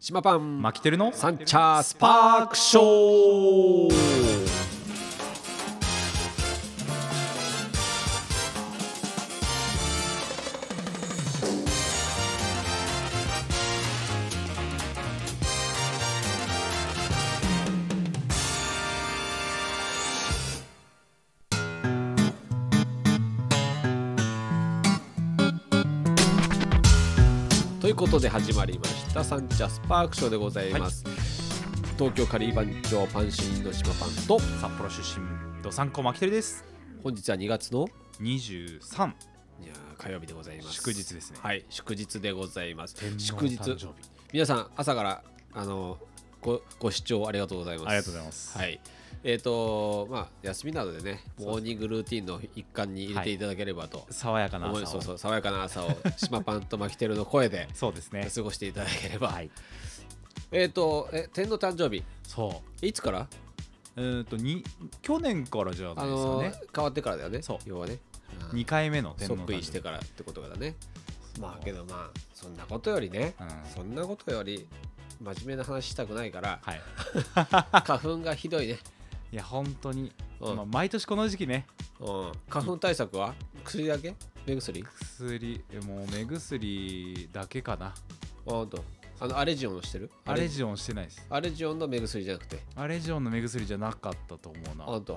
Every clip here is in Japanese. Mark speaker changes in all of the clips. Speaker 1: 島パン
Speaker 2: マキテルの
Speaker 1: サンチャースパークショーということで始まりましたサンチャースパークショーでございます、東京カリー番長パンシーンの島パンと
Speaker 2: 札幌出身ドサンコマキテルです
Speaker 1: 本日は2月の
Speaker 2: 23
Speaker 1: いやー火曜日でございます
Speaker 2: 祝日ですね
Speaker 1: はい祝日でございます
Speaker 2: 天皇
Speaker 1: 祝日
Speaker 2: 誕生日
Speaker 1: 皆さん朝からあのごご視聴ありがとうございます
Speaker 2: ありがとうございます
Speaker 1: はいえっ、とまあ休みなどでねモーニングルーティンの一環に入れていただければと
Speaker 2: 爽やかな
Speaker 1: 思い、
Speaker 2: 朝
Speaker 1: そうそうう爽やかな朝を島パンとマキテルの声 で
Speaker 2: そうですね
Speaker 1: 過ごしていただければ、
Speaker 2: はい
Speaker 1: えっ、とえ天皇誕生日
Speaker 2: そ
Speaker 1: いつから、
Speaker 2: うえーっとに去年からじゃな
Speaker 1: あ
Speaker 2: いですか
Speaker 1: の
Speaker 2: ね
Speaker 1: 変わってからだよね
Speaker 2: そう
Speaker 1: 要はねうん
Speaker 2: 2回目の天皇誕
Speaker 1: 即
Speaker 2: 生
Speaker 1: 位
Speaker 2: 日
Speaker 1: してからってことだねまあけどまあそんなことよりね、
Speaker 2: うん
Speaker 1: そんなことより真面目な話したくない から、
Speaker 2: はい
Speaker 1: 花粉がひどいね、
Speaker 2: いや本当に、
Speaker 1: うん
Speaker 2: まあ、毎年この時期ね
Speaker 1: うん、花粉対策は薬だけ目薬
Speaker 2: 薬もう目薬だけかな
Speaker 1: あほんとあのアレジオンをしてる
Speaker 2: アレジオンしてないです
Speaker 1: アレジオンの目薬じゃなくて
Speaker 2: アレジオンの目薬じゃなかったと思う
Speaker 1: あ
Speaker 2: な
Speaker 1: ほんと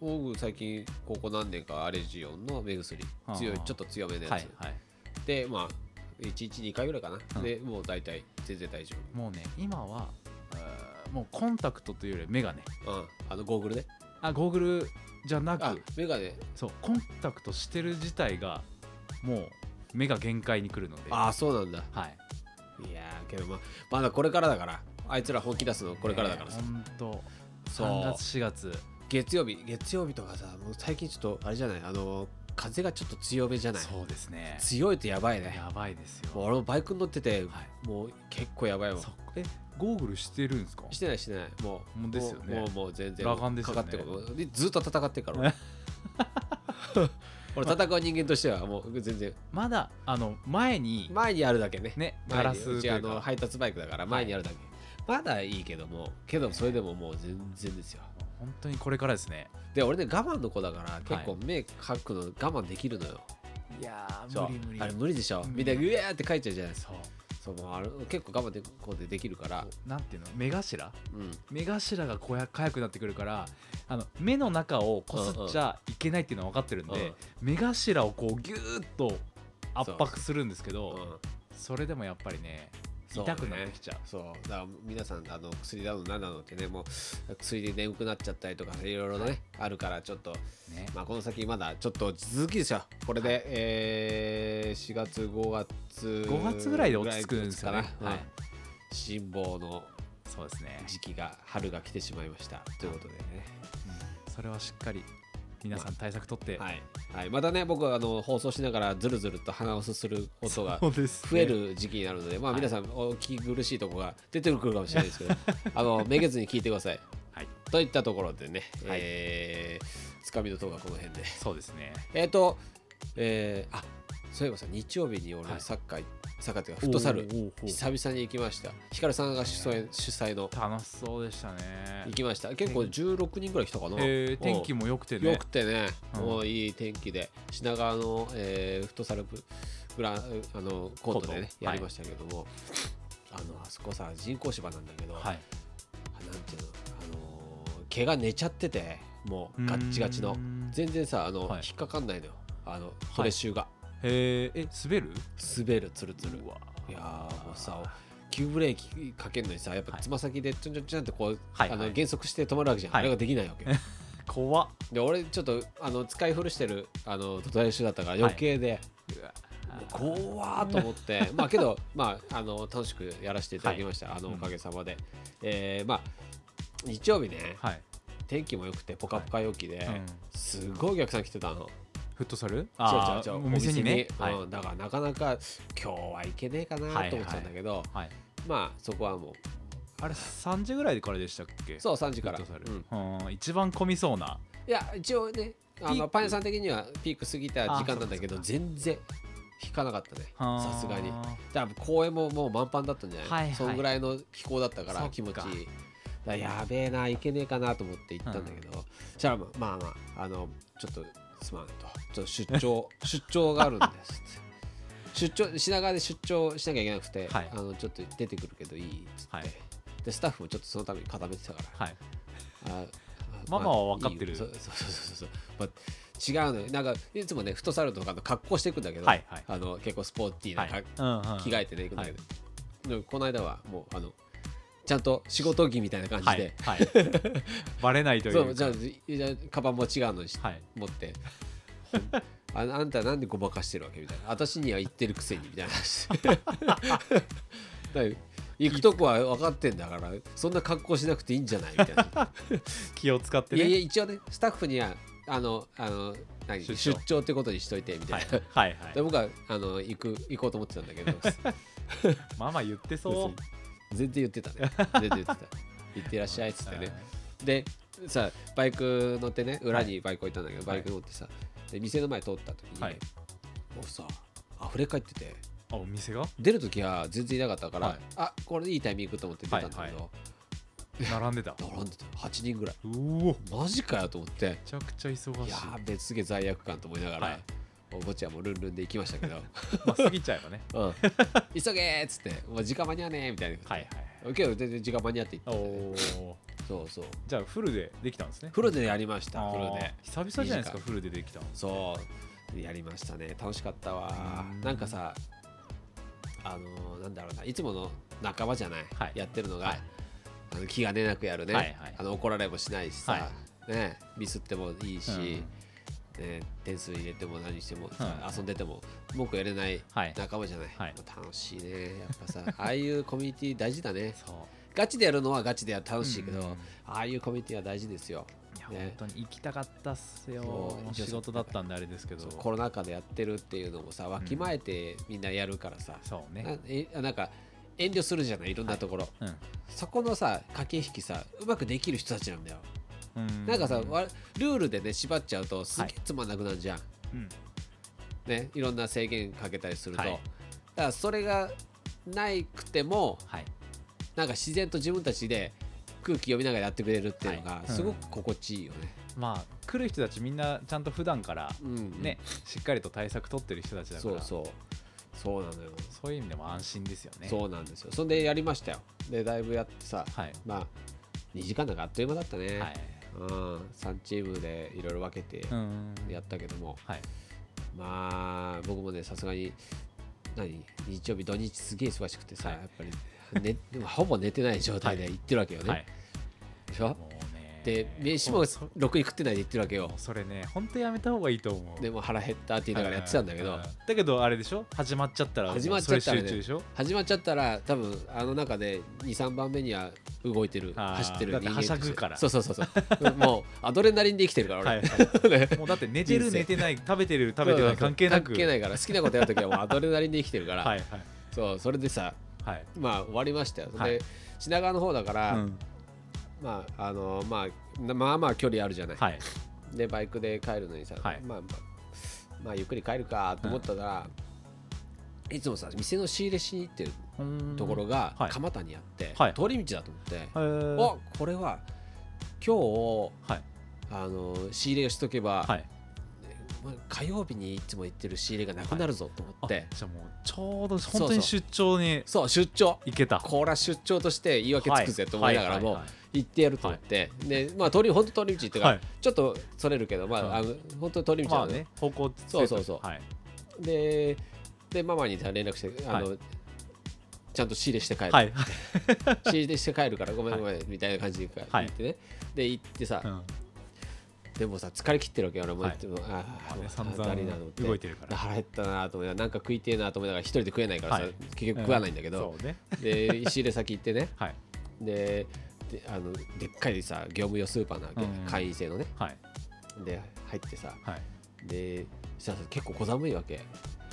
Speaker 1: 僕最近ここ何年かアレジオンの目薬
Speaker 2: あ
Speaker 1: 強い
Speaker 2: あ
Speaker 1: ちょっと強めのやつ、
Speaker 2: はいはい
Speaker 1: でまあ1日2回ぐらいかな、
Speaker 2: うん
Speaker 1: でもう大体全然大丈
Speaker 2: もうね今はえーもうコンタクトというよりは眼鏡
Speaker 1: 夫、うん、あのゴーグルね
Speaker 2: あゴーグルじゃな
Speaker 1: あ
Speaker 2: く
Speaker 1: メガネ
Speaker 2: そうコンタクトしてる自体がもう目が限界に来るので
Speaker 1: ああそうなんだ
Speaker 2: はい
Speaker 1: いやーけどまあまだこれからだからあいつら本気出すのこれからだからさ、
Speaker 2: 本当
Speaker 1: そう
Speaker 2: 3月4月
Speaker 1: 月曜日月曜日とかさもう最近ちょっとあれじゃないあの風がちょっと強めじゃない
Speaker 2: そうですね
Speaker 1: 強いとやばいね
Speaker 2: やばいです
Speaker 1: もう
Speaker 2: よ
Speaker 1: 俺もバイクに乗ってて、
Speaker 2: はい
Speaker 1: もう結構やばいもん
Speaker 2: そえゴーグルしてるんですか
Speaker 1: してないしてないもう
Speaker 2: もうですよね
Speaker 1: もうもうもう全然
Speaker 2: 裸眼です
Speaker 1: か
Speaker 2: よ
Speaker 1: か
Speaker 2: ね
Speaker 1: ってこないでずっと戦ってっ から俺俺戦う人間としてはもう全然
Speaker 2: まだあの前に
Speaker 1: 前にあるだけね
Speaker 2: ね
Speaker 1: 前に
Speaker 2: ガラスというう
Speaker 1: ち
Speaker 2: か
Speaker 1: あの配達バイクだから前にあるだけ、まだいいけどもけどそれでももう全然ですよ
Speaker 2: 本当にこれからですね
Speaker 1: で俺ね我慢の子だから結構目描くの我慢できるのよ、
Speaker 2: いや
Speaker 1: そうあれ無理でしょ、
Speaker 2: うん
Speaker 1: みんなうわーって描いちゃうじゃないですか
Speaker 2: そ
Speaker 1: そうもうあれ結構我慢でこうでできるから
Speaker 2: うなんていうの目頭
Speaker 1: うん
Speaker 2: 目頭がこやかやくなってくるからあの目の中をこすっちゃいけないっていうのは分かってるんで、
Speaker 1: うんうん
Speaker 2: 目頭をこうギューッと圧迫するんですけど
Speaker 1: う
Speaker 2: そ,、
Speaker 1: ん
Speaker 2: れでもやっぱりね
Speaker 1: そうね
Speaker 2: 痛くなってきちゃう
Speaker 1: そうだから皆さんあの薬だの何なのってねもう薬で眠くなっちゃったりとかいろいろね、あるからちょっと
Speaker 2: ね
Speaker 1: まあこの先まだちょっと続きですよこれで、えー4月5月
Speaker 2: 5月ぐらいで落ち着くんですよね
Speaker 1: ぐらいかな
Speaker 2: はい
Speaker 1: うん辛抱の
Speaker 2: そうですね、
Speaker 1: 時期が春が来てしまいましたということでね
Speaker 2: うんそれはしっかり皆さん対策とって、
Speaker 1: はい、はい、またね僕はあの放送しながらズルズルと鼻をすする音が
Speaker 2: そうですね
Speaker 1: 増える時期になるので、まあ
Speaker 2: はい
Speaker 1: 皆さんお聞き苦しいとこが出てくるかもしれないですけ どあのめげずに聞いてください
Speaker 2: はい
Speaker 1: といったところでね、
Speaker 2: はい
Speaker 1: えー、つかみの塔がこの辺で
Speaker 2: そうですね
Speaker 1: えっ、とえー、あそういえばさ日曜日に俺
Speaker 2: はい
Speaker 1: サッカー、サッカーっていうかフットサル
Speaker 2: おーおーおー
Speaker 1: 久々に行きましたひかるさんが主催主催の
Speaker 2: 楽しそうでしたね
Speaker 1: 行きました結構16人ぐらい来たかな、
Speaker 2: えー
Speaker 1: うん
Speaker 2: 天気も良くてね
Speaker 1: よくてね、
Speaker 2: うん
Speaker 1: もういい天気で品川の、えーフットサルブグランあのコートでね
Speaker 2: コート
Speaker 1: やりましたけども、あのあそこさ人工芝なんだけど、
Speaker 2: はい
Speaker 1: なんていうの、あのー毛が寝ちゃっててもうガッチガチ
Speaker 2: う
Speaker 1: の
Speaker 2: ーん
Speaker 1: 全然さあの、
Speaker 2: はい
Speaker 1: 引っかかんないのよあのトレシューが、
Speaker 2: えーえ滑る
Speaker 1: 滑るつるつる
Speaker 2: うわ
Speaker 1: いやーもうさ急ブレーキかけるのにさやっぱ
Speaker 2: はい
Speaker 1: つま先でちょんちょんちょんってこう、
Speaker 2: はい
Speaker 1: あ
Speaker 2: は
Speaker 1: の
Speaker 2: い
Speaker 1: 減速して止まるわけじゃん、
Speaker 2: はい
Speaker 1: あれができないわけよ
Speaker 2: 怖っ
Speaker 1: で俺ちょっとあの使い古してるあのトレシューだったから余計で、
Speaker 2: うわ
Speaker 1: 怖ーと思 ってまあけどまああの楽しくやらせていただきました、あの
Speaker 2: うん
Speaker 1: おかげさまで、えーまあ日曜日ね
Speaker 2: はい
Speaker 1: 天気も良くてポカポカ陽気で、
Speaker 2: うん
Speaker 1: すごいお客さん来てたの。
Speaker 2: フットサル
Speaker 1: 違う違う違う
Speaker 2: お店にね
Speaker 1: お店
Speaker 2: はい
Speaker 1: にうんだからなかなか今日はいけねえかなと思ってたんだけど、
Speaker 2: はい
Speaker 1: まあそこはも
Speaker 2: あれ3時ぐらいからでしたっけ
Speaker 1: うそう3時
Speaker 2: フ
Speaker 1: か
Speaker 2: ッ
Speaker 1: ら、
Speaker 2: トサル
Speaker 1: うんい
Speaker 2: うん一番混みそうな
Speaker 1: や一応ねあ
Speaker 2: ピー
Speaker 1: の
Speaker 2: ク
Speaker 1: パン屋さん的にはピーク過ぎた時間なんだけど
Speaker 2: あそうか
Speaker 1: 全然引かなかったね
Speaker 2: はー
Speaker 1: さすがにじゃあ公園ももう満帆だったんじゃない、
Speaker 2: はいはい
Speaker 1: そんぐらいの気候だったか
Speaker 2: そ
Speaker 1: ら
Speaker 2: っか
Speaker 1: 気持ちいいだからやべえな行けねえかなと思って行ったんだけど、そしたらまあまあまああのちょっとすまんとちょっと出張 出張があるんですって出張品川で出張しなきゃいけなくて、
Speaker 2: はい
Speaker 1: あのちょっと出てくるけどいいっつって、
Speaker 2: はい
Speaker 1: でスタッフもちょっとそのために固めてたから
Speaker 2: はい
Speaker 1: ああ
Speaker 2: ママは分かってる
Speaker 1: いいよそうそうそうそうそう、まあ、違うのよなんかいつもねフットサルとかの格好していくんだけど、
Speaker 2: はいはい
Speaker 1: あの結構スポーティーな格、
Speaker 2: うんうん
Speaker 1: 着替えてねいくんだけど、でもこの間はもうあのちゃんと仕事着みたいな感じで、
Speaker 2: はいはいバレないとい
Speaker 1: そう
Speaker 2: う
Speaker 1: じゃ
Speaker 2: か
Speaker 1: あじじゃあカバンも違うのにし、
Speaker 2: はい
Speaker 1: 持ってああんたなんでごまかしてるわけみたいな私には言ってるくせにみたいな 話だから行くとこは分かってんだからそんな格好しなくていいんじゃないみたいな
Speaker 2: 気を使って
Speaker 1: いやいや
Speaker 2: ね
Speaker 1: 一応ねスタッフにはあのあの何
Speaker 2: 出
Speaker 1: 出
Speaker 2: 張
Speaker 1: 張ってことにしといてみた
Speaker 2: はいい
Speaker 1: な、
Speaker 2: はい は
Speaker 1: で
Speaker 2: い
Speaker 1: 僕はあの行く行こうと思ってたんだ けど
Speaker 2: ママ言ってそ
Speaker 1: 全然言ってた ね全然言ってた行ってらっしゃいっつって
Speaker 2: う
Speaker 1: ねでさバイク乗ってね裏にバイク置いたんだけど、バイク乗ってさで店の前通った時に、
Speaker 2: はい
Speaker 1: もうさ溢れ返ってて
Speaker 2: あお店が
Speaker 1: 出る時は全然いなかったから、
Speaker 2: はい
Speaker 1: あこれいいタイミングと思って出たんだけど、
Speaker 2: はいは並んでた
Speaker 1: 並んでた8人ぐらいう
Speaker 2: おめ
Speaker 1: マジかよと思って
Speaker 2: ちゃくちゃ忙
Speaker 1: い
Speaker 2: しい
Speaker 1: やーべすげえ罪悪感と思いながら、
Speaker 2: はい
Speaker 1: もうこっちはもうルンルンで行きましたけど、
Speaker 2: まあ過ぎちゃえばね
Speaker 1: うん 急げーっつってもう時間間に合わねーみたいな、
Speaker 2: はい
Speaker 1: けど全然時間間に合って行
Speaker 2: は
Speaker 1: った
Speaker 2: い
Speaker 1: んでね
Speaker 2: おお
Speaker 1: そうそう
Speaker 2: じゃあフルでできたんですね
Speaker 1: フルでやりました
Speaker 2: あ
Speaker 1: フル
Speaker 2: ー
Speaker 1: で
Speaker 2: 久々じゃないですか
Speaker 1: いい時間
Speaker 2: フルでできたの
Speaker 1: そうやりましたね楽しかったわ
Speaker 2: うん
Speaker 1: なんかさあのーなんだろうないつもの仲間じゃない、
Speaker 2: はい
Speaker 1: やってるのが、
Speaker 2: はい
Speaker 1: あの気兼ねなくやるね、
Speaker 2: はいはい
Speaker 1: あの怒られもしないしさ、
Speaker 2: は
Speaker 1: ね、ミスってもいいし、
Speaker 2: うん
Speaker 1: ね、点数入れても何しても、
Speaker 2: うん
Speaker 1: 遊んでても文句やれない
Speaker 2: はい
Speaker 1: 仲間じゃない、
Speaker 2: はい
Speaker 1: 楽しいねやっぱさああいうコミュニティ大事だね
Speaker 2: そう
Speaker 1: ガチでやるのはガチでやる楽しいけど、
Speaker 2: うんうん
Speaker 1: ああいうコミュニティは大事ですよ
Speaker 2: いや、
Speaker 1: ね
Speaker 2: 本当に行きたかったっすよ
Speaker 1: そう
Speaker 2: 仕事だったんであれですけど
Speaker 1: そうコロナ禍でやってるっていうのもさわきまえてみんなやるからさ、
Speaker 2: そう
Speaker 1: な
Speaker 2: ね
Speaker 1: えなんか遠慮するじゃないいろんなところ、
Speaker 2: うん
Speaker 1: そこのさ駆け引きさうまくできる人たちなんだよ、
Speaker 2: うん
Speaker 1: なんかさ
Speaker 2: う
Speaker 1: わルールでね縛っちゃうとすげえつまんなくなるじゃん、
Speaker 2: うん
Speaker 1: ね、いろんな制限かけたりすると、
Speaker 2: はい
Speaker 1: だからそれがないくても
Speaker 2: はい
Speaker 1: なんか自然と自分たちで空気読みながらやってくれるっていうの
Speaker 2: は
Speaker 1: が
Speaker 2: い
Speaker 1: すごく心地いいよね。
Speaker 2: まあ来る人たちみんなちゃんと普段から
Speaker 1: うん
Speaker 2: ね、しっかりと対策取ってる人たちだか
Speaker 1: そ
Speaker 2: ら
Speaker 1: うそうそうなのよ、
Speaker 2: そういう意味でも安心ですよね
Speaker 1: そうなんですよそんでやりましたよでだいぶやってさ、
Speaker 2: はい
Speaker 1: まあ2時間なんかあっという間だったね、
Speaker 2: はい
Speaker 1: うん、3チームでいろいろ分けて
Speaker 2: うん
Speaker 1: やったけども、
Speaker 2: はい
Speaker 1: まあ僕もねさすがに何日曜日土日すげえ忙しくてさ、
Speaker 2: はい
Speaker 1: やっぱり、ね、 でもほぼ寝てない状態で行ってるわけよね、
Speaker 2: はい
Speaker 1: でしょ
Speaker 2: もうね
Speaker 1: で飯も
Speaker 2: そ
Speaker 1: ろくに食ってないで行ってるわけよ
Speaker 2: もうそれね本当やめた方がいいと思う
Speaker 1: でも腹減ったって言いながらやってたんだけ
Speaker 2: う
Speaker 1: ど
Speaker 2: うだけどあれでしょ始まっちゃったら
Speaker 1: 始まっちゃったらね
Speaker 2: もうそれ集中でしょ
Speaker 1: 始まっちゃったら多分あの中で23番目には動いてる
Speaker 2: あー
Speaker 1: 走ってる
Speaker 2: だ
Speaker 1: 人
Speaker 2: って
Speaker 1: 間として
Speaker 2: はしゃぐから
Speaker 1: そうそうそうそうもうアドレナリンで生きてるから俺、
Speaker 2: はいはい
Speaker 1: ね
Speaker 2: もうだって寝てる
Speaker 1: 人生
Speaker 2: 寝てない食べてる食べてない関係なく
Speaker 1: 関係ないから好きなことやるときはもうアドレナリンで生きてるから、
Speaker 2: はいはい
Speaker 1: そうそれでさ
Speaker 2: はい
Speaker 1: まあ終わりましたよ、
Speaker 2: はい
Speaker 1: で品川の方だから、
Speaker 2: うん
Speaker 1: まああのまあなまあまあ距離あるじゃない、
Speaker 2: はい
Speaker 1: でバイクで帰るのにさ、
Speaker 2: はい
Speaker 1: まあまあまあゆっくり帰るかと思ったら、いつもさ店の仕入れしに行ってるところが
Speaker 2: はい
Speaker 1: 蒲田にあって、
Speaker 2: はい
Speaker 1: 通り道だと思って、
Speaker 2: へー
Speaker 1: おこれは今日
Speaker 2: はい
Speaker 1: あの仕入れをしとけば、
Speaker 2: はい
Speaker 1: まあ火曜日にいつも行ってる仕入れがなくなるぞと思っ
Speaker 2: あ
Speaker 1: て、
Speaker 2: じゃあもうちょうど
Speaker 1: そ
Speaker 2: 本
Speaker 1: う
Speaker 2: 当に出張に
Speaker 1: そう出張
Speaker 2: 行けた
Speaker 1: こら出張として言い訳つくぜと思いながらも、
Speaker 2: はいはいはい
Speaker 1: 行ってやると思って、でまあ通り本当通り道っていうか、
Speaker 2: はい
Speaker 1: ちょっとそれるけどまあ,、
Speaker 2: はい
Speaker 1: あの本当通り道
Speaker 2: ま
Speaker 1: な
Speaker 2: あ
Speaker 1: のね
Speaker 2: ね方向性
Speaker 1: そうそうそう
Speaker 2: はい
Speaker 1: ででママに連絡してあの、
Speaker 2: は
Speaker 1: ちゃんと仕入れして帰る、
Speaker 2: はいはい
Speaker 1: 仕入れして帰るからごめんごめん、みたいな感じで
Speaker 2: はい
Speaker 1: 言ってね、で行ってさ、
Speaker 2: うん
Speaker 1: でもさ疲れ切ってるわけよ俺も、
Speaker 2: はい
Speaker 1: でもああもう
Speaker 2: 散々
Speaker 1: 当たりだと思って
Speaker 2: 動いてるから
Speaker 1: 腹減ったなと思いながらなんか食いてえなと思いながら一人で食えないからさ、
Speaker 2: はい
Speaker 1: 結局食わないんだけど
Speaker 2: そ、うね
Speaker 1: で仕入れ先行ってね
Speaker 2: はい
Speaker 1: でであのでっかいさ業務用スーパーなわけ、
Speaker 2: うん
Speaker 1: 会員制のね
Speaker 2: はい
Speaker 1: で入ってさ
Speaker 2: はい
Speaker 1: でしたらさ結構小寒いわけ、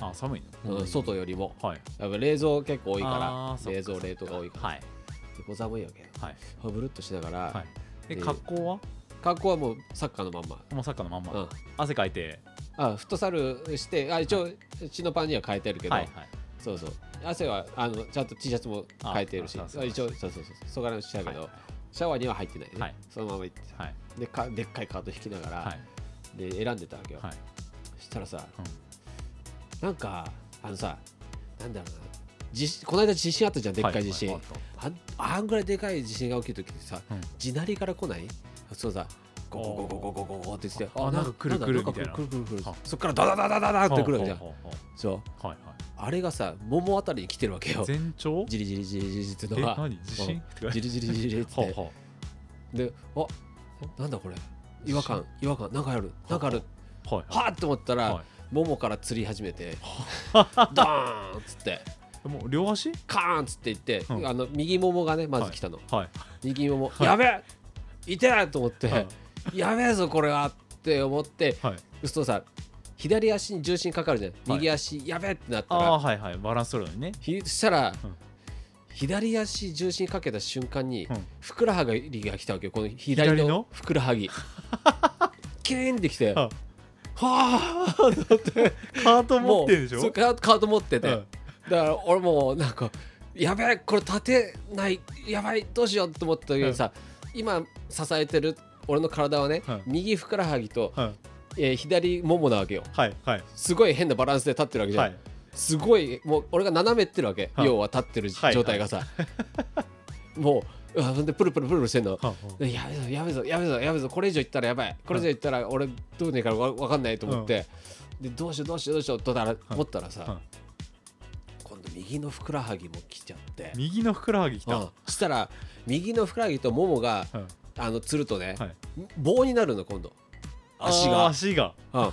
Speaker 2: あ寒いの
Speaker 1: うん外よりも
Speaker 2: はい
Speaker 1: やっぱ冷蔵結構多い
Speaker 2: あー
Speaker 1: か
Speaker 2: そっ
Speaker 1: ら
Speaker 2: か
Speaker 1: 冷蔵冷凍が多いから
Speaker 2: はい
Speaker 1: で小寒いわけよ
Speaker 2: はい
Speaker 1: ブルっとしながら、
Speaker 2: はいえ
Speaker 1: で
Speaker 2: 格好は
Speaker 1: 格好はもうサッカーのまんま、
Speaker 2: もうサッカーのまん
Speaker 1: う
Speaker 2: ま
Speaker 1: ん、
Speaker 2: 汗かいて
Speaker 1: あフットサルしてあ一応血のパンには変えてるけど、
Speaker 2: はいはい
Speaker 1: そうそう汗はあのちゃんと T シャツも変えてるし
Speaker 2: ああそうそう
Speaker 1: 一応そうそうそうそがらのしてたけど、
Speaker 2: はい
Speaker 1: シャワーには入ってないね、
Speaker 2: はい
Speaker 1: そのまま行ってた
Speaker 2: はい
Speaker 1: でかでっかいカード引きながら、
Speaker 2: はい
Speaker 1: で選んでたわけよ、
Speaker 2: はい
Speaker 1: そしたらさ、
Speaker 2: うん
Speaker 1: なんかあのさなんだろうな地震この間地震あったじゃんでっかい地震、
Speaker 2: はいはい
Speaker 1: あんあんぐらいでかい地震が起きるときさ、
Speaker 2: うん
Speaker 1: 地鳴りから来ないそうさゴゴゴゴゴゴゴゴって言って
Speaker 2: あなんか来る
Speaker 1: だ
Speaker 2: 来る
Speaker 1: んか
Speaker 2: みたいな
Speaker 1: 来る来る来る来る
Speaker 2: あ
Speaker 1: そっからダダダダダダって来るわけじゃん
Speaker 2: ほうほうほ
Speaker 1: そう
Speaker 2: うはいは
Speaker 1: あれがさ桃あたりに来てるわけよ
Speaker 2: い全長
Speaker 1: じりじりじりじりって
Speaker 2: え
Speaker 1: のが
Speaker 2: 何地震
Speaker 1: うんじりじりじりじりっ
Speaker 2: ほう
Speaker 1: て
Speaker 2: ほ
Speaker 1: であなんだこれ違和感違和感なんかあるなんかある
Speaker 2: うはい
Speaker 1: はあって思ったら、
Speaker 2: は
Speaker 1: 桃から釣り始めてドーンっつって
Speaker 2: いもう両足
Speaker 1: カーンっつっていって、
Speaker 2: うん
Speaker 1: あの右桃がねまず来たの、
Speaker 2: はい
Speaker 1: 右もも、
Speaker 2: い
Speaker 1: やべえ痛えと思って、
Speaker 2: はい
Speaker 1: やべえぞこれはって思って
Speaker 2: はい
Speaker 1: 嘘さ左足に重心かかるじゃん
Speaker 2: はい
Speaker 1: 右足、やべえってなった
Speaker 2: ああ
Speaker 1: ら
Speaker 2: ーはいはいバランス取るのにね
Speaker 1: ひしたら、
Speaker 2: うん
Speaker 1: 左足重心かけた瞬間に、
Speaker 2: うん
Speaker 1: ふくらはぎが来たわけよこの左
Speaker 2: 左
Speaker 1: の
Speaker 2: の
Speaker 1: ふくらは ぎキーンってきて、
Speaker 2: は
Speaker 1: はあだって
Speaker 2: カート持
Speaker 1: も
Speaker 2: ってる
Speaker 1: う
Speaker 2: でし
Speaker 1: そ
Speaker 2: ょ
Speaker 1: うカーカード持ってて、
Speaker 2: うん
Speaker 1: だから俺もうなんかやべえこれ立てないやばいどうしようと思った時にさ、今支えてる俺の体はね、
Speaker 2: うん
Speaker 1: 右ふくらはぎと、
Speaker 2: はい
Speaker 1: えー左ももなわけよ
Speaker 2: はいはい
Speaker 1: すごい変なバランスで立ってるわけじゃん、
Speaker 2: はい
Speaker 1: すごいもう俺が斜めってるわけ、
Speaker 2: はい
Speaker 1: 要は立ってる
Speaker 2: はい
Speaker 1: 状態がさ、もううわほんでプルプルプルプルしてんの、
Speaker 2: は
Speaker 1: でやべえぞやべえぞやべえぞやべえぞこれ以上いったらやばいこれ以上いったら俺どうねえからわわかんないと思って、でどうしようどうしようどうしようとだら思ったらさ、
Speaker 2: うん
Speaker 1: 今度右のふくらはぎも来ちゃって、
Speaker 2: 右のふくらはぎき
Speaker 1: う
Speaker 2: た
Speaker 1: んそしたら右のふくらはぎとももが
Speaker 2: うん
Speaker 1: あのつるとね、
Speaker 2: はい
Speaker 1: 棒になるの今度足
Speaker 2: あー
Speaker 1: が、
Speaker 2: 足が
Speaker 1: うん、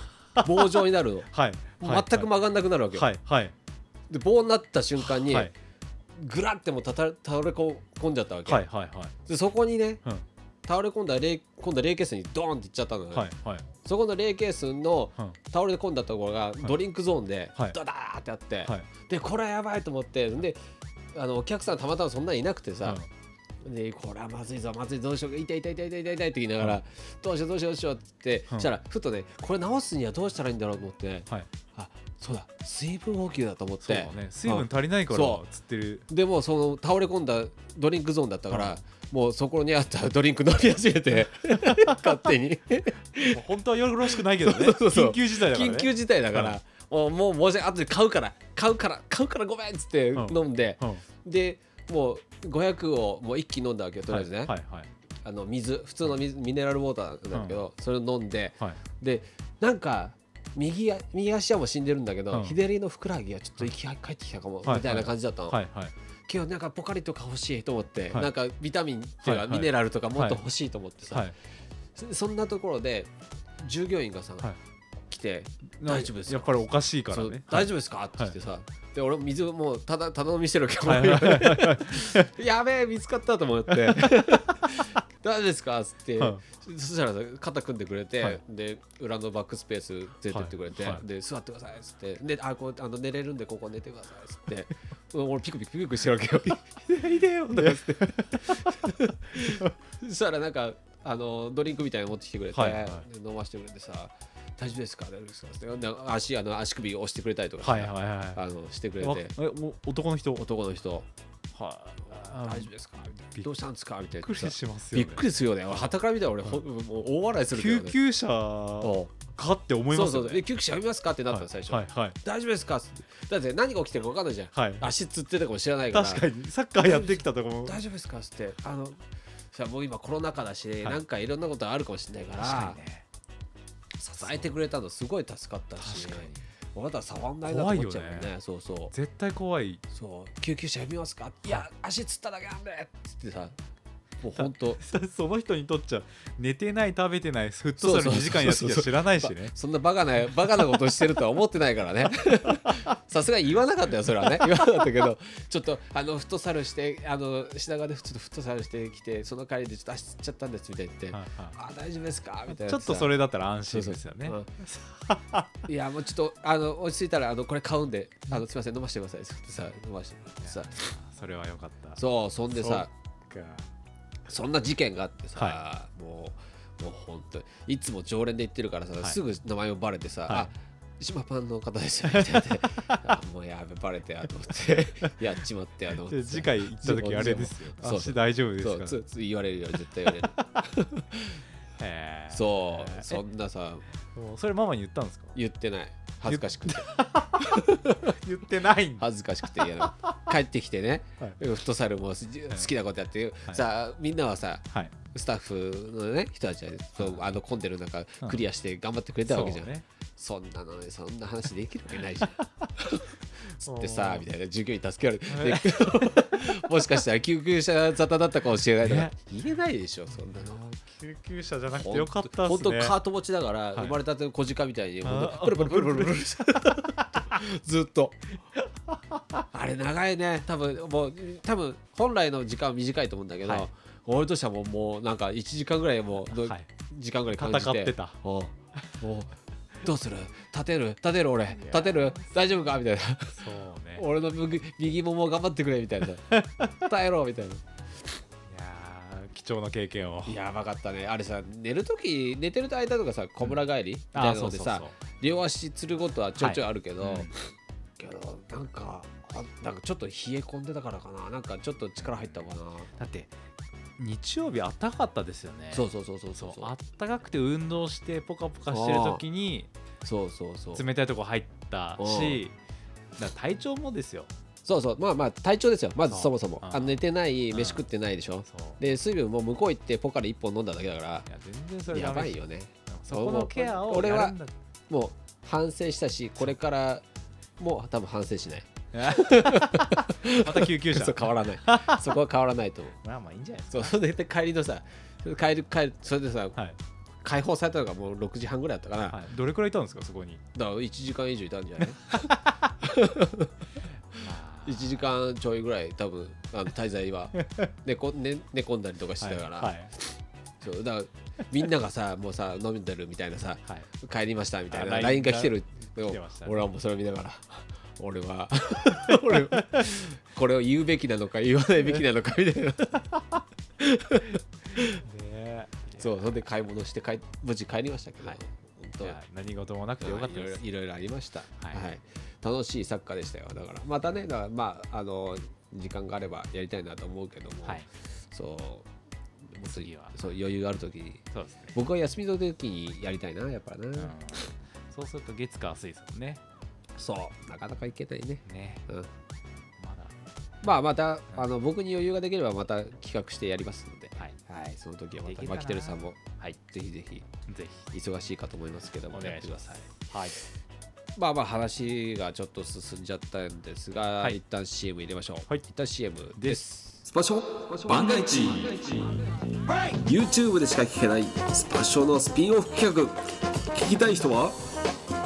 Speaker 1: 棒状になるの
Speaker 2: はい はい
Speaker 1: 全く曲がんなくなるわけよ、
Speaker 2: はいはい
Speaker 1: で棒になった瞬間に、
Speaker 2: はい
Speaker 1: ぐらってもうたた倒れ込んじゃったわけ、
Speaker 2: はいはいはい
Speaker 1: でそこにね
Speaker 2: うん
Speaker 1: 倒れ込んだ霊今度霊ケースにドーンっていっちゃったのよ、
Speaker 2: はいはい
Speaker 1: そこの霊ケースの
Speaker 2: うん
Speaker 1: 倒れ込んだところがドリンクゾーンで
Speaker 2: はい
Speaker 1: ドダーってあって、
Speaker 2: はい
Speaker 1: でこれはやばいと思ってであのお客さんたまたまそんなにいなくてさ
Speaker 2: うん、
Speaker 1: でこれはまずいぞまずいぞどうしよう痛い痛い痛い痛い痛い痛いって言いながら、
Speaker 2: うん
Speaker 1: どうしようどうしようどうしようって、
Speaker 2: うん
Speaker 1: したらふとねこれ直すにはどうしたらいいんだろうと思って
Speaker 2: はい
Speaker 1: あそうだ水分補給だと思っ
Speaker 2: そう
Speaker 1: て
Speaker 2: だね水分足りないから
Speaker 1: そう
Speaker 2: つってる
Speaker 1: でもうその倒れ込んだドリンクゾーンだったから、
Speaker 2: うん
Speaker 1: もうそこにあったドリンク飲み始め て勝手に
Speaker 2: もう本当はよろしくないけど ね
Speaker 1: そうそうそう
Speaker 2: 緊急事態だからね
Speaker 1: 緊急事態だから、もうもう申し訳後で買うから買うから買うからごめんっつって
Speaker 2: うん
Speaker 1: 飲んで、
Speaker 2: うん
Speaker 1: でもう500をもう一気に飲んだわけよとりあえずね、
Speaker 2: はいはい
Speaker 1: あの水普通の水ミネラルウォーターなんだけど、それを飲んで
Speaker 2: はい
Speaker 1: でなんか右あ右足はもう死んでるんだけど、
Speaker 2: うん
Speaker 1: 左のふくらはぎがちょっと息が返ってきたかも、
Speaker 2: はい
Speaker 1: みたいな感じだったの、
Speaker 2: はいはい
Speaker 1: 今日なんかポカリとか欲しいと思って、
Speaker 2: はい
Speaker 1: なんかビタミンっていう
Speaker 2: は
Speaker 1: か
Speaker 2: いはい
Speaker 1: ミネラルとかもっと欲しいと思ってさ、
Speaker 2: はい
Speaker 1: そそんなところで従業員がさ、
Speaker 2: はい
Speaker 1: 来て大丈夫ですか
Speaker 2: やっぱりおかしいから
Speaker 1: そう
Speaker 2: ね
Speaker 1: 大
Speaker 2: 丈
Speaker 1: 丈夫ですか?」って言ってさ、で俺も水もうただただ飲みしてるわけど、
Speaker 2: はいはいはいは い
Speaker 1: やべえ見つかったと思って 「大丈夫ですか?」っつって、
Speaker 2: は
Speaker 1: そしたらさ肩組んでくれて、
Speaker 2: はい
Speaker 1: で裏のバックスペース連れてってくれて「
Speaker 2: はいはい
Speaker 1: で座ってください」っつって「であこうあの寝れるんでここ寝てください」っつってうん俺ピクピクピクピクしてるわけよ。
Speaker 2: いでよとか言って
Speaker 1: そしたらなんかあのドリンクみたいなの持ってきてくれて、
Speaker 2: はいはい
Speaker 1: で飲ませてくれてさ「大丈夫ですか大丈夫ですか?」ってなんか足あの足首を押してくれたりとかさ、
Speaker 2: はいはいは
Speaker 1: あのしてく
Speaker 2: い
Speaker 1: れ
Speaker 2: わ
Speaker 1: て
Speaker 2: えもう男の人
Speaker 1: 男の人「
Speaker 2: は
Speaker 1: 大
Speaker 2: い
Speaker 1: 丈夫ですか?」みたい
Speaker 2: び
Speaker 1: な「
Speaker 2: っ
Speaker 1: どうしたんですか?」みたい
Speaker 2: びっ
Speaker 1: な
Speaker 2: くりしますよ
Speaker 1: びっ
Speaker 2: ね
Speaker 1: くりするよね。俺、はたから見たら俺、ほもう大笑いするけど
Speaker 2: 救
Speaker 1: ね。
Speaker 2: 急車
Speaker 1: うん
Speaker 2: かって思い
Speaker 1: そ
Speaker 2: ま
Speaker 1: う
Speaker 2: す
Speaker 1: そ
Speaker 2: よ
Speaker 1: う。
Speaker 2: ね
Speaker 1: で救急車呼びますかってなったの、最初。
Speaker 2: はいはい
Speaker 1: 大丈夫ですかってだって何が起きてるか分かんないじゃん。
Speaker 2: はい
Speaker 1: 足つってたかもしれないから。
Speaker 2: 確かにサッカーやってきたとこも
Speaker 1: 大丈夫ですかって言って、あの、さもう今コロナ禍だし、
Speaker 2: い
Speaker 1: なんかいろんなことあるかもしれないから、
Speaker 2: ね
Speaker 1: 支えてくれたのすごい助かったし、
Speaker 2: 確かに
Speaker 1: まだ触んないなと思っちゃうもん
Speaker 2: 怖いよ
Speaker 1: ね。そうそう。
Speaker 2: 絶対怖い
Speaker 1: そう、救急車呼びますかいや、足つっただけなんでって言ってさ、もう本当。
Speaker 2: そその人にとっちゃ寝てない食べてないフットサル2時間やってきた知らないしね
Speaker 1: ばそんなバカなバカなことしてるとは思ってないからね さすがに言わなかったよそれはね言わなかったけどちょっとあのフットサルしてあの品川でちょっとフットサルしてきてその帰りでちょっと足つっちゃったんですみたいに言って、
Speaker 2: はいはい
Speaker 1: あ大丈夫ですかみたいな
Speaker 2: ちょっとそ
Speaker 1: れ
Speaker 2: れだったら安心ですよね。
Speaker 1: いやもうちょっとあの落ち着いたらあのこれ買うんであのすいません飲ませてくださいってさ飲ませてもらってさ
Speaker 2: それは良かった。
Speaker 1: そうそんでさ
Speaker 2: そっか
Speaker 1: そんな事件があってさ、
Speaker 2: は
Speaker 1: もうもう本当にいつも常連で言ってるからさ、
Speaker 2: い
Speaker 1: すぐ名前をバレてさ、
Speaker 2: はい
Speaker 1: あ島パンの方ですよみたいな あもうやべバレてやと思ってやっちまってやと思って
Speaker 2: で 次回行った時あれですよ
Speaker 1: そう
Speaker 2: 足大丈夫で
Speaker 1: そ
Speaker 2: す
Speaker 1: う
Speaker 2: か
Speaker 1: つつ言われるよ絶対言われ る
Speaker 2: へー
Speaker 1: そう
Speaker 2: え
Speaker 1: そんなさ
Speaker 2: もうそれママに言ったんですか
Speaker 1: 言ってない恥ずかしくて
Speaker 2: 言ってないんだ
Speaker 1: 恥ずかしくて嫌な帰ってきてね、
Speaker 2: はい
Speaker 1: フットサルもす好きなことやって、
Speaker 2: はい
Speaker 1: さあみんなはさ
Speaker 2: はい
Speaker 1: スタッフのね人たちはそうあの混んでる中
Speaker 2: うん
Speaker 1: クリアして頑張ってくれたわけじゃん、
Speaker 2: そうね
Speaker 1: そんなのにそんな話できるわけない じゃんつって
Speaker 2: お
Speaker 1: さ
Speaker 2: ー
Speaker 1: みたいな従業員助けられて もしかしたら救急車沙汰だったかもしれないとか
Speaker 2: ね
Speaker 1: 言えないでしょそんなの。
Speaker 2: 救急車じゃなく
Speaker 1: ほ
Speaker 2: てよかったっ
Speaker 1: ん
Speaker 2: す
Speaker 1: と
Speaker 2: ね
Speaker 1: カート持ちだから、
Speaker 2: い
Speaker 1: 生まれたての小鹿みたいにほん
Speaker 2: あ
Speaker 1: とプルプルプルプルプルずっとあれ長いね多分もう多分本来の時間は短いと思うんだけど、
Speaker 2: はい
Speaker 1: 俺としてはもうもうなんか1時間ぐらいもう、
Speaker 2: はい
Speaker 1: 時間ぐらい感じ
Speaker 2: 戦って
Speaker 1: て
Speaker 2: た
Speaker 1: おうおうどうする立てる立てる俺立てる大丈夫かみたいな
Speaker 2: そうね
Speaker 1: 俺の右右もも頑張ってくれみたいな耐えろみたいない
Speaker 2: やー貴重な経験を
Speaker 1: やばかったねあれさ寝る時寝てる間とかさ小村帰りみたい
Speaker 2: あ
Speaker 1: な
Speaker 2: ーそ
Speaker 1: の
Speaker 2: う
Speaker 1: で
Speaker 2: そう
Speaker 1: さ
Speaker 2: そう
Speaker 1: 両足つることはちょいちょいあるけど、
Speaker 2: はいうん
Speaker 1: けどなんかあなんかちょっと冷え込んでたからかななんかちょっと力入ったのかな、
Speaker 2: だって日曜日あったかかったですよね
Speaker 1: そうそうそうそうそう
Speaker 2: そうあったかくて運動してポカポカしてる時に
Speaker 1: そうそうそう
Speaker 2: 冷たいとこ入ったしだから体調もですよ
Speaker 1: そうそうまあまあ体調ですよまず
Speaker 2: そう
Speaker 1: そもそも
Speaker 2: うん
Speaker 1: あ寝てない
Speaker 2: うん
Speaker 1: 飯食ってないでしょ
Speaker 2: そう
Speaker 1: で水分も向こう行ってポカリ1本飲んだだけだか
Speaker 2: いや全然そ
Speaker 1: ら
Speaker 2: れ
Speaker 1: や
Speaker 2: ダメ
Speaker 1: ば
Speaker 2: です
Speaker 1: いよね
Speaker 2: そこのケアを
Speaker 1: 俺は
Speaker 2: やる んだ
Speaker 1: もう反省したしこれからもう多分反省しない
Speaker 2: また救急車
Speaker 1: そう変わらない そこは変わらないと思う
Speaker 2: まあまあいいんじゃないです
Speaker 1: そうそれで帰りのさ帰る帰るそれでさ
Speaker 2: かはい、
Speaker 1: 解放されたのがもう6時半ぐらいだったかな、
Speaker 2: はい、どれくらいいたんですかそこに
Speaker 1: だから1時間以上いたんじゃない ?1 時間ちょいぐらい多分あの滞在 は寝こ、ね、寝込んだりとかしてたから,、
Speaker 2: はいはい
Speaker 1: そうだからみんながさもうさ飲んでるみたいなさ
Speaker 2: はい
Speaker 1: 帰りましたみたいな
Speaker 2: あ
Speaker 1: LINE が来てる
Speaker 2: 来てましたね
Speaker 1: 俺はもうそれを見ながら 俺 は俺はこれを言うべきなのか言わないべきなのかみたいな
Speaker 2: ね
Speaker 1: そうそれで買い物して帰無事帰りましたけど、
Speaker 2: はい
Speaker 1: 本当
Speaker 2: いや何事もなくてよかったです
Speaker 1: いろいろいろいろありました、は
Speaker 2: はいい
Speaker 1: 楽しいサッカーでしたよだからまたねだからまああの時間があればやりたいなと思うけども、
Speaker 2: はい
Speaker 1: そう
Speaker 2: 次は
Speaker 1: そう余裕がある時に
Speaker 2: そうですね、
Speaker 1: 僕は休みの時にやりたいなやっぱな、
Speaker 2: うん、そうすると月火水ですもんね
Speaker 1: そうなかなかいけないね、
Speaker 2: ね
Speaker 1: うん、
Speaker 2: まだ
Speaker 1: まあまたあの僕に余裕ができればまた企画してやりますので、
Speaker 2: はい
Speaker 1: はい、その時はま
Speaker 2: でき
Speaker 1: た
Speaker 2: るかな
Speaker 1: マキテルさんも
Speaker 2: はい
Speaker 1: ぜひぜひ
Speaker 2: ぜ
Speaker 1: 忙しいかと思いますけど
Speaker 2: ひお
Speaker 1: も
Speaker 2: 願
Speaker 1: や
Speaker 2: い
Speaker 1: っ
Speaker 2: してま
Speaker 1: くだ
Speaker 2: す
Speaker 1: さい
Speaker 2: はい
Speaker 1: まあまあ話がちょっと進んじゃったんですが、
Speaker 2: はい
Speaker 1: 一旦 CM 入れましょう。
Speaker 2: はい
Speaker 1: 一旦 CM で。
Speaker 2: ですす
Speaker 3: スパショ万が一 YouTube でしか聞けないスパショのスピンオフ企画聞きたい人は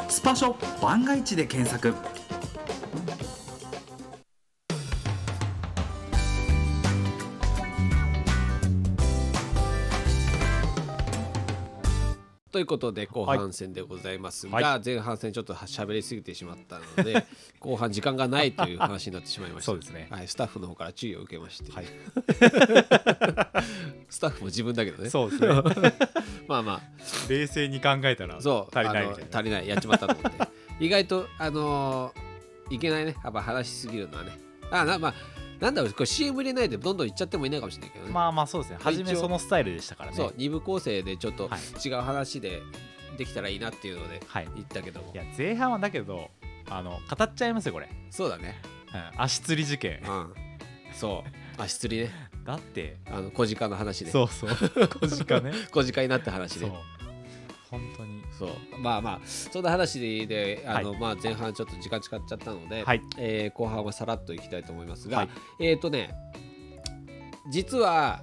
Speaker 3: スパショ万が一で検索
Speaker 1: ということで後半戦でございますが、
Speaker 2: は
Speaker 1: 前半戦ちょっと喋りすぎてしまったの で後半時間がないという話になってしまいました。
Speaker 2: そうですね
Speaker 1: はい、スタッフの方から注意を受けまして、 スタッフも自分だけどね。
Speaker 2: そうですね
Speaker 1: まあま
Speaker 2: 冷静に考えたら
Speaker 1: あ
Speaker 2: 足
Speaker 1: そう
Speaker 2: りないみ
Speaker 1: あ
Speaker 2: た
Speaker 1: の
Speaker 2: いな
Speaker 1: 足りないやっちまったと思って 意外とあのーいけないねやっぱ話しすぎるのはね。あなまあなんだろうこれ CM 入れないでどんどんいっちゃってもいないかもしれないけどね。
Speaker 2: まあまあそうですね
Speaker 1: 一応
Speaker 2: 初めそのスタイルでしたからね
Speaker 1: そう2部構成でちょっと
Speaker 2: はい
Speaker 1: 違う話でできたらいいなっていうので
Speaker 2: はい
Speaker 1: 言ったけども、
Speaker 2: いや前半はだけどあの語っちゃいますよこれ、
Speaker 1: そうだね
Speaker 2: うん足つり事件
Speaker 1: うんそう足つりね
Speaker 2: だって
Speaker 1: あの小鹿の話ね
Speaker 2: そうそう小鹿ね
Speaker 1: 小鹿になった話
Speaker 2: そう
Speaker 1: ね
Speaker 2: 本当に
Speaker 1: そうまあまあそんな話であの、
Speaker 2: は
Speaker 1: まあ、前半ちょっと時間使っちゃったので、
Speaker 2: はい
Speaker 1: えー後半はさらっといきたいと思いますが、
Speaker 2: はい
Speaker 1: えっ、とね実は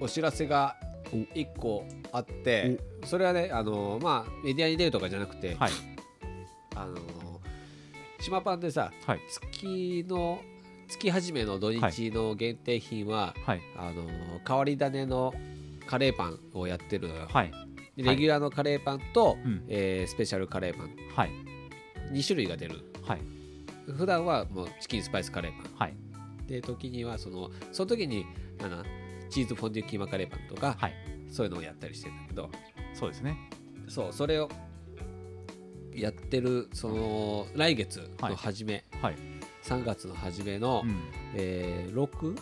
Speaker 1: お知らせが1個あってそれはねあのまあメディアに出るとかじゃなくて、
Speaker 2: はい
Speaker 1: あの島パンでさ
Speaker 2: はい
Speaker 1: 月の月始めの土日の限定品は、
Speaker 2: はい
Speaker 1: あの変わり種のカレーパンをやってるのよ、
Speaker 2: はい
Speaker 1: でレギュラーのカレーパンと、
Speaker 2: うん
Speaker 1: えースペシャルカレーパン
Speaker 2: はい
Speaker 1: 2種類が出る
Speaker 2: はい
Speaker 1: 普段はもうチキンスパイスカレーパ
Speaker 2: はい
Speaker 1: ンで時にはそのその時にあのチーズフォンデュキーマカレーパンとか、
Speaker 2: はい
Speaker 1: そういうのをやったりしてんだけど
Speaker 2: そうですね
Speaker 1: そうそれをやってるその来月の初め、
Speaker 2: はい
Speaker 1: 3月の初めの、
Speaker 2: うん
Speaker 1: えー、6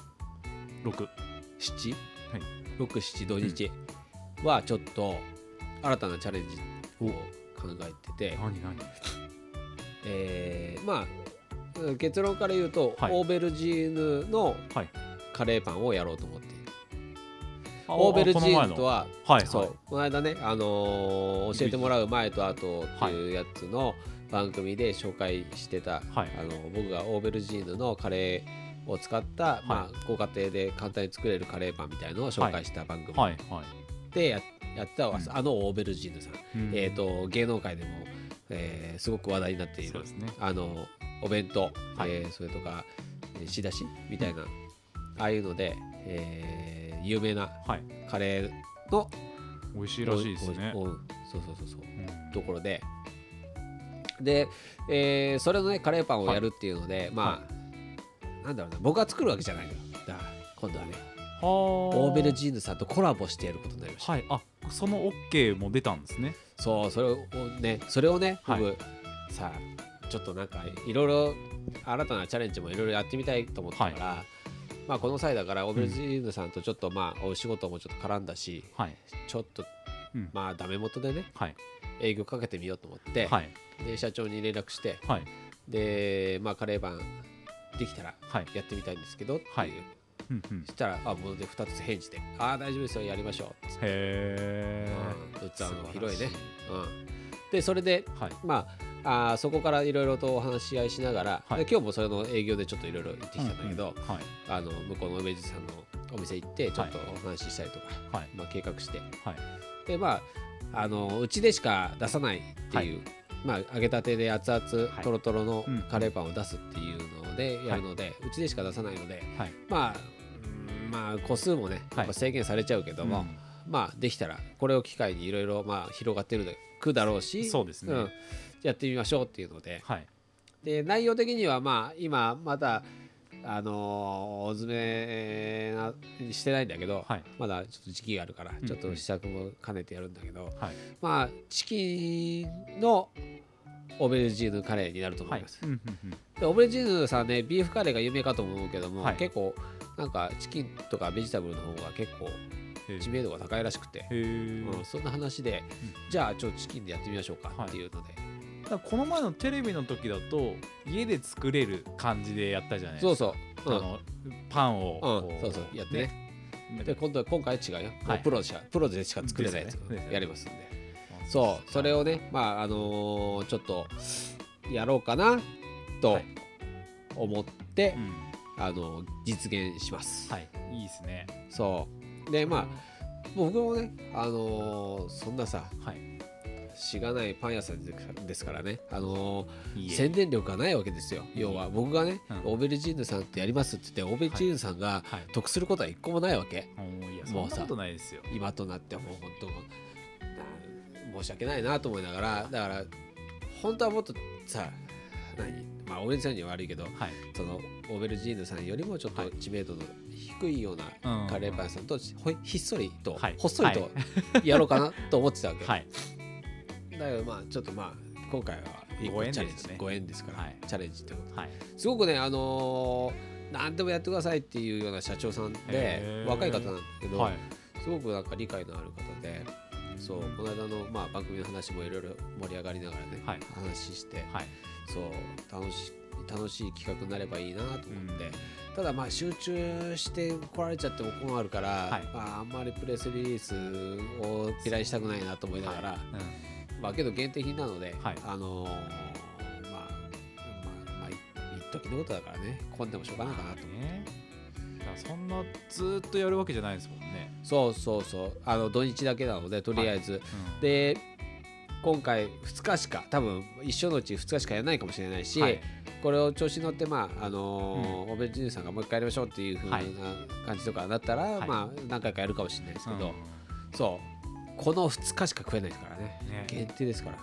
Speaker 2: 6
Speaker 1: 7
Speaker 2: はい
Speaker 1: 六七土日はちょっと新たなチャレンジを考えてて、
Speaker 2: 何何
Speaker 1: えーまあうん結論から言うと、
Speaker 2: はい
Speaker 1: オーベルジーヌの
Speaker 2: はい
Speaker 1: カレーパンをやろうと思っている
Speaker 2: あ
Speaker 1: オーベルジ
Speaker 2: この前
Speaker 1: ー
Speaker 2: の
Speaker 1: ヌとは
Speaker 2: はい
Speaker 1: そ
Speaker 2: は
Speaker 1: うこの間ね、あのー教えてもらう前と後っていうやつの番組で紹介してた、
Speaker 2: はい
Speaker 1: あの僕がオーベルジーヌのカレーを使った、まあ、ご家庭で簡単に作れるカレーパンみたいのを紹介した番組
Speaker 2: いはいはい
Speaker 1: でや,、やってたわ
Speaker 2: うん
Speaker 1: あのオーベルジーヌさん、
Speaker 2: うん
Speaker 1: えー、と芸能界でも、えーすごく話題になってい
Speaker 2: そう
Speaker 1: る
Speaker 2: ですね
Speaker 1: あのお弁当、
Speaker 2: はい
Speaker 1: えーそれとかえー仕出しみたいな、ああいうので、えー有名な
Speaker 2: はい
Speaker 1: カレーの
Speaker 2: 美味しいらしいですね
Speaker 1: おおうんそうそうそうそう
Speaker 2: うん
Speaker 1: ところでで、えーそれのねカレーパンをやるっていうので、まあ、なんだろうな僕が作るわけじゃないのよだから今度はね
Speaker 2: はオ
Speaker 1: オーベルジーヌさんとコラボしてやることになりました、
Speaker 2: はいあその OK も出たんですね
Speaker 1: そうそれをねそれをね僕、
Speaker 2: は
Speaker 1: さあちょっとなんかいろいろ新たなチャレンジもいろいろやってみたいと思ったから、まあこの際だからオーベルジーヌさんとちょっとまあお仕事もちょっと絡んだし
Speaker 2: はい
Speaker 1: ちょっと
Speaker 2: うん
Speaker 1: まあダメ元でね
Speaker 2: はい
Speaker 1: 営業かけてみようと思って、
Speaker 2: はい
Speaker 1: で社長に連絡して
Speaker 2: はい
Speaker 1: で、まあ、カレーパンできたら
Speaker 2: はい
Speaker 1: やってみたいんですけどっていう、
Speaker 2: はいうんうん
Speaker 1: そしたらあもうで2つ返事で「ああ大丈夫ですよやりましょう」っつって、うん、
Speaker 2: へえ
Speaker 1: 器の広いね、うん、でそれで
Speaker 2: はい
Speaker 1: まああーそこからいろいろとお話し合いしながら、
Speaker 2: はい
Speaker 1: で今日もそれの営業でちょっといろいろ行ってきたんだけど、
Speaker 2: うんうんはい
Speaker 1: あの向こうの梅地さんのお店行ってちょっとお話ししたりとか、
Speaker 2: はい
Speaker 1: まあ、計画して
Speaker 2: はい
Speaker 1: でまああのうちでしか出さないっていう、まあ、揚げたてで熱々
Speaker 2: はい
Speaker 1: とろとろの
Speaker 2: うん
Speaker 1: カレーパンを出すっていうのでやるので、うちでしか出さないので
Speaker 2: はい
Speaker 1: まあうんまあ個数もねやっぱ制限されちゃうけども、まあできたらこれを機会にいろいろまあ広がってるくだろうし
Speaker 2: そうですね
Speaker 1: んやってみましょうっていうので
Speaker 2: はい
Speaker 1: で内容的にはまあ今まだあのーお詰めなしてないんだけど、
Speaker 2: はい
Speaker 1: まだちょっと時期があるから、
Speaker 2: ん
Speaker 1: ちょっと試作も兼ねてやるんだけど、
Speaker 2: はい
Speaker 1: まあチキンのオーベルジーヌカレーになると思
Speaker 2: はいい
Speaker 1: ます、
Speaker 2: うんうん
Speaker 1: でオーベルジーヌさんねビーフカレーが有名かと思うけども、
Speaker 2: はい
Speaker 1: 結構なんかチキンとかベジタブルの方が結構
Speaker 2: うん
Speaker 1: 知名度が高いらしくて、
Speaker 2: へえ
Speaker 1: うん、そんな話で、じゃあちょっとチキンでやってみましょうかっていうので、
Speaker 2: だからこの前のテレビの時だと家で作れる感じでやったじゃない
Speaker 1: そう
Speaker 2: ですか
Speaker 1: そう、うん
Speaker 2: あのパンを
Speaker 1: うん
Speaker 2: こ
Speaker 1: そうそうやってね
Speaker 2: ね
Speaker 1: で今度は今回は違うよ、
Speaker 2: はい
Speaker 1: プロじゃプロでしか作れないやつ
Speaker 2: ですよね
Speaker 1: をやりますんでそうそれをねまああのーちょっとやろうかなと
Speaker 2: はい
Speaker 1: 思って、
Speaker 2: うん
Speaker 1: あのー実現します、
Speaker 2: はいいいですね
Speaker 1: そうでまあ僕もねあのーそんなさ
Speaker 2: はい
Speaker 1: しがないパン屋さんですからねあのー
Speaker 2: いいえ
Speaker 1: 宣伝力がないわけですよ要は僕がね、
Speaker 2: うん
Speaker 1: オーベルジーヌさんってやりますって言ってオーベルジーヌさんが
Speaker 2: はい
Speaker 1: 得することは一個もないわけ、
Speaker 2: もういやそ
Speaker 1: も
Speaker 2: ん
Speaker 1: う
Speaker 2: な
Speaker 1: さ
Speaker 2: ことないですよ
Speaker 1: 今となってはもう本当な申し訳ないなと思いながらだから本当はもっとさ何まあ俺さんには悪いけど
Speaker 2: はい
Speaker 1: そのオーベルジーヌさんよりもちょっと知名度の低いよう
Speaker 2: うん
Speaker 1: なカレーパン屋さんとほいひっそりと、
Speaker 2: はい
Speaker 1: ほっそり とやろうかなと思ってたわけ、
Speaker 2: はい
Speaker 1: だからまあちょっとまあ今回は一
Speaker 2: ご
Speaker 1: 個
Speaker 2: 縁
Speaker 1: チャレン
Speaker 2: です
Speaker 1: ジ
Speaker 2: ね
Speaker 1: ご縁ですから、
Speaker 2: はい
Speaker 1: チャレンジってこと
Speaker 2: はい
Speaker 1: すごくねあのー何でもやってくださいっていうような社長さん
Speaker 2: へ
Speaker 1: で
Speaker 2: ー
Speaker 1: 若い方なんだけど、
Speaker 2: はい
Speaker 1: すごくなんか理解のある方でそうこの間の、まあ、番組の話もいろいろ盛り上がりながらね、
Speaker 2: はい
Speaker 1: 話して、
Speaker 2: はい
Speaker 1: そう楽し楽しい企画になればいいなと思って、
Speaker 2: うん
Speaker 1: ただまあ集中して来られちゃっても困るから、
Speaker 2: はい
Speaker 1: まあ、あんまりプレスリリースを依頼したくないなと思いながら、
Speaker 2: うん
Speaker 1: まあ、けど限定品なので、
Speaker 2: はい
Speaker 1: あのーまあまあまあい一時のことだからね混んでもしょうがないかなと思って
Speaker 2: ねだからそんなずーっとやるわけじゃないですもんね
Speaker 1: そうそうそうあの土日だけなのでとりあえず、
Speaker 2: うん
Speaker 1: で今回2日しか多分一緒のうち2日しかやらないかもしれないし、
Speaker 2: はい
Speaker 1: これを調子に乗ってまああのーオーベルジーヌさんがもう一回やりましょうっていう風な
Speaker 2: はい
Speaker 1: 感じとかだったら、
Speaker 2: はい
Speaker 1: まあ何回かやるかもしれないですけど、
Speaker 2: う
Speaker 1: そうこの2日しか食えないですからね
Speaker 2: んね
Speaker 1: 限定ですから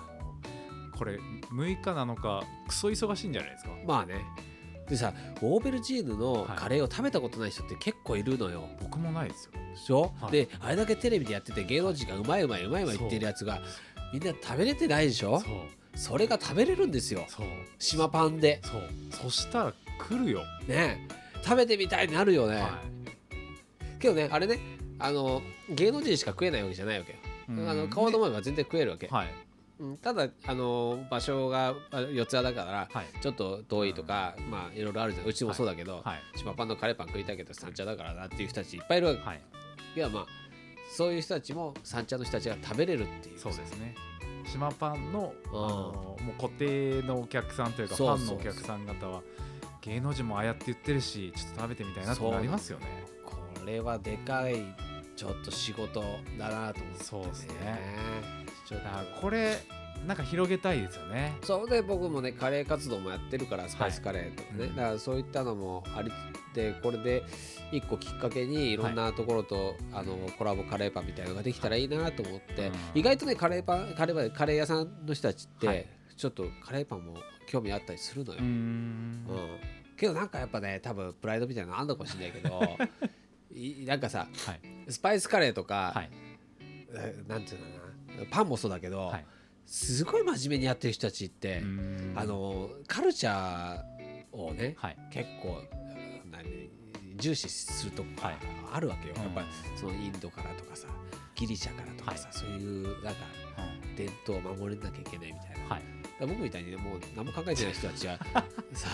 Speaker 2: これ6日7日クソ忙しいんじゃないですか
Speaker 1: まあねでさオーベルジーヌの
Speaker 2: はい
Speaker 1: カレーを食べたことない人って結構いるのよ。
Speaker 2: 僕もないですよ
Speaker 1: でしょ、
Speaker 2: はい
Speaker 1: であれだけテレビでやってて芸能人がうまいうまいうまいうまい言ってるやつがみんな食べれてないでしょ
Speaker 2: そう
Speaker 1: それが食べれるんですよ
Speaker 2: そう
Speaker 1: 島パンで
Speaker 2: そうそしたら来るよ、
Speaker 1: ね食べてみたいになるよね、
Speaker 2: はい
Speaker 1: けどねあれねあの芸能人しか食えないわけじゃないわけよ、
Speaker 2: うん
Speaker 1: あの顔の
Speaker 2: ね
Speaker 1: 前は全然食えるわけ、
Speaker 2: はい
Speaker 1: うんただあの場所があ四ツ谷だから
Speaker 2: はい
Speaker 1: ちょっと遠いとか、まあいろいろあるじゃんうちもそうだけど、
Speaker 2: はい
Speaker 1: 島パンのカレーパン食いたいけど三茶だからなっていう人たちいっぱいいるわけ
Speaker 2: はい
Speaker 1: いやまあそういう人たちも三茶の人たちが食べれるっていう
Speaker 2: そうですね島パンのあ
Speaker 1: うん
Speaker 2: のもう固定のお客さんというかフ
Speaker 1: そうそ
Speaker 2: ァン
Speaker 1: う
Speaker 2: の
Speaker 1: そう
Speaker 2: お客さん方は芸能人もああやって言ってるしちょっと食べてみたいなって
Speaker 1: そう
Speaker 2: なりますよね
Speaker 1: これはでかいちょっと仕事だなと思って、ね、
Speaker 2: そうですね
Speaker 1: ちょっ
Speaker 2: だから
Speaker 1: と
Speaker 2: これなんか広げたいですよね
Speaker 1: そうで僕もねカレー活動もやってるからスパイスカレーとかね、
Speaker 2: うん
Speaker 1: だからそういったのもありでこれで一個きっかけにいろんなところと、あのコラボカレーパンみたいのができたらいいなと思って、
Speaker 2: うん
Speaker 1: 意外とねカレーパンカレーパンカレー屋さんの人たちって、
Speaker 2: はい
Speaker 1: ちょっとカレーパンも興味あったりするのよ
Speaker 2: うー、ん
Speaker 1: うん、けどなんかやっぱね多分プライドみたいなのあんのかもしれないけ どいなんかさ
Speaker 2: はい
Speaker 1: スパイスカレーとか、
Speaker 2: はい
Speaker 1: えなんていうのかなパンもそうだけど、
Speaker 2: はい
Speaker 1: すごい真面目にやってる人たちって、
Speaker 2: うーん
Speaker 1: あのカルチャーをね、
Speaker 2: はい
Speaker 1: 結構何重視するとこが
Speaker 2: はい
Speaker 1: あるわけよ、やっぱり
Speaker 2: う
Speaker 1: そのインドからとかさギリシャからとかさ、
Speaker 2: は
Speaker 1: そういうなんか伝統を守れなきゃいけないみたいな。
Speaker 2: はい
Speaker 1: だから僕みたいにねもう何も考えてない人たち はさ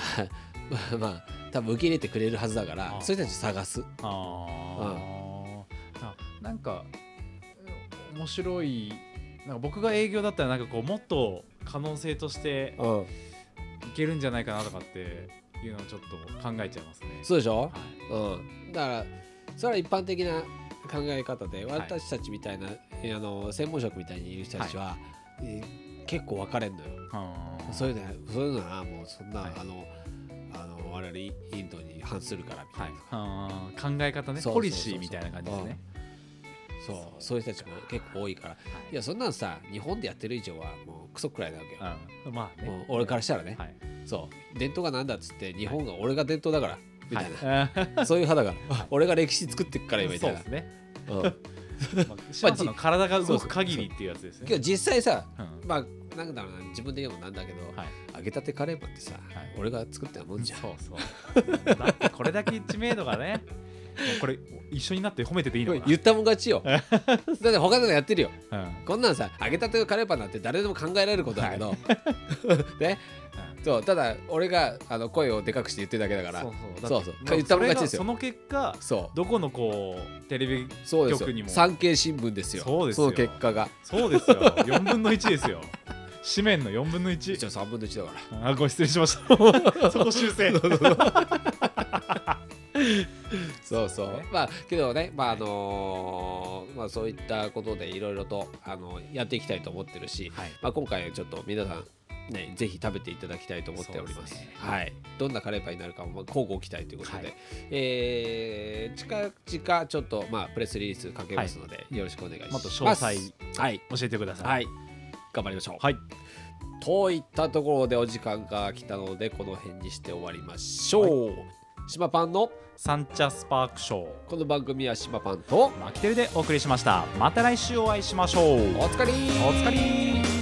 Speaker 1: まあまあ多分受け入れてくれるはずだから
Speaker 2: あ
Speaker 1: そういう人たちを探す
Speaker 2: あーあなんかうん面白いなんか僕が営業だったらなんかこうもっと可能性として
Speaker 1: うん
Speaker 2: いけるんじゃないかなとかっていうのをちょっと考えちゃいますね。
Speaker 1: そうでしょ
Speaker 2: は、
Speaker 1: うん、だからそれは一般的な考え方で
Speaker 2: い
Speaker 1: 私たちみたいな、あの専門職みたいにいる人たちは、えー結構分かれんのよ
Speaker 2: いうん
Speaker 1: そういうのはそういうのはもうそんな、
Speaker 2: はい
Speaker 1: あのあの我々インドに反するからみた
Speaker 2: はいい
Speaker 1: な、、
Speaker 2: あー考え方ね
Speaker 1: そうそうそうそう
Speaker 2: ポリシーみたいな感じですね。
Speaker 1: そうそういう人たちも結構多いからいやそんなのさ日本でやってる以上はもうクソくらいなわけよ、
Speaker 2: はいうん、まあ
Speaker 1: もう
Speaker 2: ね。
Speaker 1: 俺からしたらね、
Speaker 2: はい、
Speaker 1: そう伝統がなんだっつって日本が俺が伝統だからみたいな、
Speaker 2: はい
Speaker 1: そういう派だから あ俺が歴史作ってくから今み
Speaker 2: そ
Speaker 1: た
Speaker 2: う
Speaker 1: い
Speaker 2: で
Speaker 1: な
Speaker 2: すね。
Speaker 1: うん
Speaker 2: まあ、島さんの体が動く限りっていうやつです
Speaker 1: け
Speaker 2: ね。
Speaker 1: ど実際さ
Speaker 2: うん
Speaker 1: まあなんだろうな自分で言うのもなんだけど、
Speaker 2: はい
Speaker 1: 揚げたてカレーパンってさ、
Speaker 2: い
Speaker 1: 俺が作ったもんじゃん
Speaker 2: そうそう。だってこれだけ知名度がね、もうこれ一緒になって褒めてていいのかな。
Speaker 1: 言ったもん勝ち よだって他でもやってるよ
Speaker 2: うんうん
Speaker 1: こんなんさ揚げたてカレーパンなんて誰でも考えられることだけど、 ねそうただ俺があの声をでかくして言ってるだけだから
Speaker 2: そ
Speaker 1: そうう
Speaker 2: そう
Speaker 1: そう
Speaker 2: だって
Speaker 1: 言ったもん勝ちです
Speaker 2: それがそ
Speaker 1: よ
Speaker 2: の結果、
Speaker 1: そう
Speaker 2: どこのこうテレビ
Speaker 1: そうです
Speaker 2: 局に
Speaker 1: よ
Speaker 2: も
Speaker 1: 産経新聞ですよ
Speaker 2: そうですよ
Speaker 1: の結果が
Speaker 2: そうですよ。4分の1ですよ。紙面の4分の
Speaker 1: 一
Speaker 2: 1。
Speaker 1: 応3分の1だから
Speaker 2: あ、ご失礼しま した。そこ修正。
Speaker 1: そうそう、
Speaker 2: そうね
Speaker 1: まあけどね、まああのーまあ、そういったことでいろいろと、あのやっていきたいと思ってるし、
Speaker 2: はい
Speaker 1: まあ、今回ちょっと皆さん、ね、ぜひ食べていただきたいと思っております
Speaker 2: そうですね
Speaker 1: はい、どんなカレーパンになるかもまあ交互期待ということで、
Speaker 2: はい
Speaker 1: えー近々ちょっと、まあ、プレスリリースかけますので、よろしくお願いします
Speaker 2: もっと詳細
Speaker 1: はい、
Speaker 2: 教えてください。
Speaker 1: はい、頑張りましょう、
Speaker 2: はい。
Speaker 1: といったところでお時間が来たのでこの辺にして終わりましょう、島パンの
Speaker 2: サンチャスパークショー。
Speaker 1: この番組は島パンと
Speaker 2: マキテルでお送りしました。また来週お会いしましょう。
Speaker 1: お疲れ
Speaker 2: お疲れ。